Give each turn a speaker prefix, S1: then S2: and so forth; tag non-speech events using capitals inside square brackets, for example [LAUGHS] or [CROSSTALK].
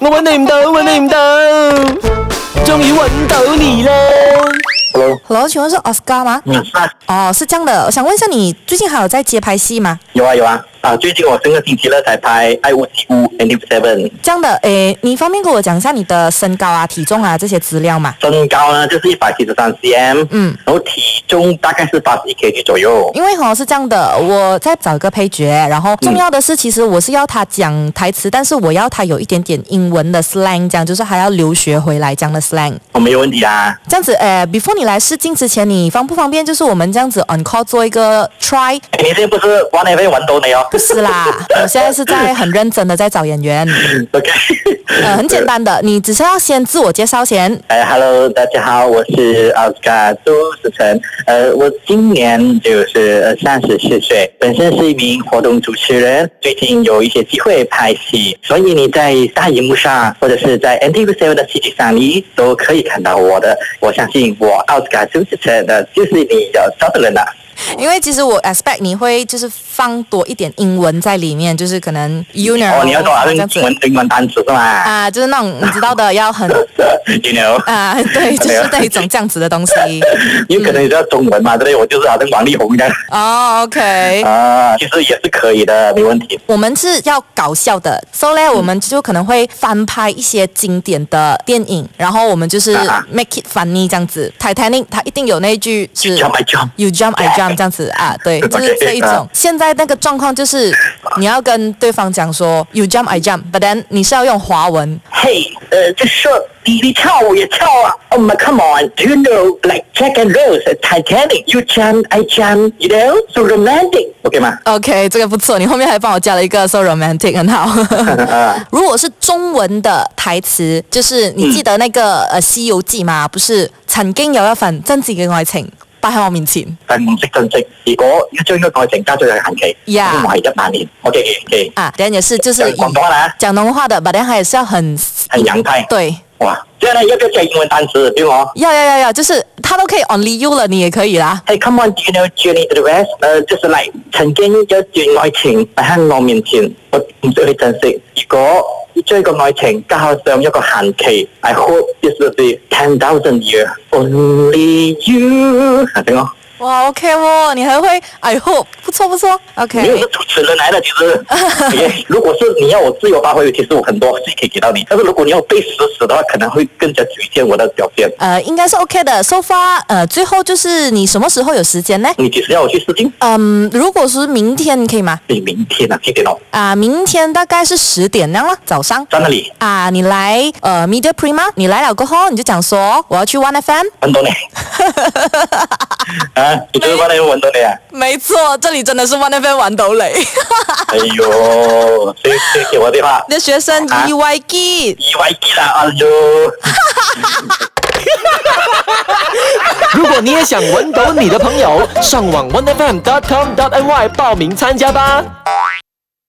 S1: 我揾你唔到，揾你唔到，终于揾到你啦！
S2: Hello，
S3: Hello，请问是 Oscar 吗？
S2: 嗯，啊，
S3: 哦，是这样的，我想问一下你最近还有在接拍戏吗？
S2: 有啊有啊，啊，最近我上个星期六才拍《爱屋及乌》Andy Seven，
S3: 这样的，诶，你方便给我讲一下你的身高啊、体重啊这些资料吗？
S2: 身高呢就是一百七十三 cm，
S3: 嗯，
S2: 然后体重大概是八十一 kg 左右。
S3: 因为哈、是这样的，我在找一个配角，然后重要的是，其实我是要他讲台词，但是我要他有一点点英文的 slang，这样就是还要留学回来这样的 slang。
S2: 我没有问题啊，
S3: 这样子，诶，before 你来试镜之前，你方不方便就是我们这样子 on call 做一个 try？
S2: 哎你这不是玩 F 玩多你哦
S3: 不是啦， [LAUGHS] 我现在是在很认真的在找演员，
S2: [LAUGHS] ？OK，
S3: 呃，很简单的，你只需要先自我介绍先，
S2: 呃，Hello，大家好，我是奥斯卡周思成。呃，我今年就是呃三十四岁，本身是一名活动主持人，最近有一些机会拍戏，所以你在大荧幕上或者是在 NTV Seven 的戏剧上，你都可以看到我的。我相信我奥斯卡周思成的就是你要找的人了。
S3: 因为其实我 expect 你会就是放多一点英文在里面，就是啊可能 you know
S2: 哦，你要说好
S3: 这
S2: 像
S3: 样
S2: 英
S3: 子
S2: 文英文单词是吗、
S3: 啊，就是那种你知道的要很 [LAUGHS]
S2: y o u know。 [LAUGHS]
S3: 啊，对，就是那一种这样子的东西。
S2: 因为可能你知道中文嘛，对不对？我就是好像王力宏一样
S3: 哦，OK、o k
S2: 啊，其实也是可以的，没问题。
S3: 我们是要搞笑的
S2: 嗯
S3: ，so 呢，我们就可能会翻拍一些经典的电影，然后我们就是
S2: 啊啊
S3: make it funny 这样子。Titanic 它一定有那一句是
S2: Jump, I jump.
S3: You jump, I jump 这样子啊，
S2: [LAUGHS]
S3: 对，就是这一种
S2: 啊。
S3: 现在那个状况就是，你要跟对方讲说 You jump, I jump，but then 你是要用华文，
S2: Hey, uh, just show, you tell, you tell. Oh my, come on. Do you know, like Jack and Rose, uh, Titanic? You jump, I jump, you know? So romantic. OK 吗？
S3: OK，这个不错，你后面还帮我加了一个 so romantic，很好。 [LAUGHS] 如果是中文的台词，就是你记得那个、呃《西游記》嘛，不是曾經有一份真摯嘅愛情擺喺我面前。
S2: 但唔識珍惜。如果要將呢個愛情加咗去限期，
S3: Yeah
S2: 唔係一萬年。OK OK，
S3: 啊，人也是就是以
S2: 講廣東話啦，
S3: 講農話的，把人还是要很
S2: 很洋派。
S3: 对，
S2: 哇，即係咧，要不要加英文單詞俾我？
S3: 要要要要，就是他都可以 only you 了，你也可以啦。
S2: Hey, come on, do you know Journey to the West？呃，就是嚟曾經一段愛情擺喺我面前，我唔識去珍惜。如果將個愛情加上一個限期，I hope this will be ten thousand year only you。啊，等我，
S3: 哇，OK 哦，你还会，I hope，不錯不錯
S2: 没有是
S3: ，OK。
S2: 主持人來的，其 [LAUGHS] 實。Okay，如果是你要我自由發揮，其實我很多戲可以給到你。但是如果你要背死死的話，可能會更加局限我的表現。
S3: 呃，應該是 OK 的。So far，呃，最後就是你什麼時候有時間呢？
S2: 你幾時要我去試鏡？
S3: 嗯，如果是明天可以吗？
S2: 你明天啊，幾點哦？
S3: 啊、明天大概是十点那样了，早上。
S2: 在那裡，
S3: 啊、你来呃 Media Prima，你来了过后你就讲说我要去 One FM。
S2: 揾到你。啊，你就是幫你揾到你啊？
S3: 没错，这里真的是 One FM 玩斗 [LAUGHS] 雷
S2: 哎呦，谁谁给我电话？
S3: 的学生
S2: 啊
S3: E Y G。
S2: 意外机啦，哎呦！
S1: 如果你也想揾到你的朋友，上网 onefm.com.ny 报名参加吧。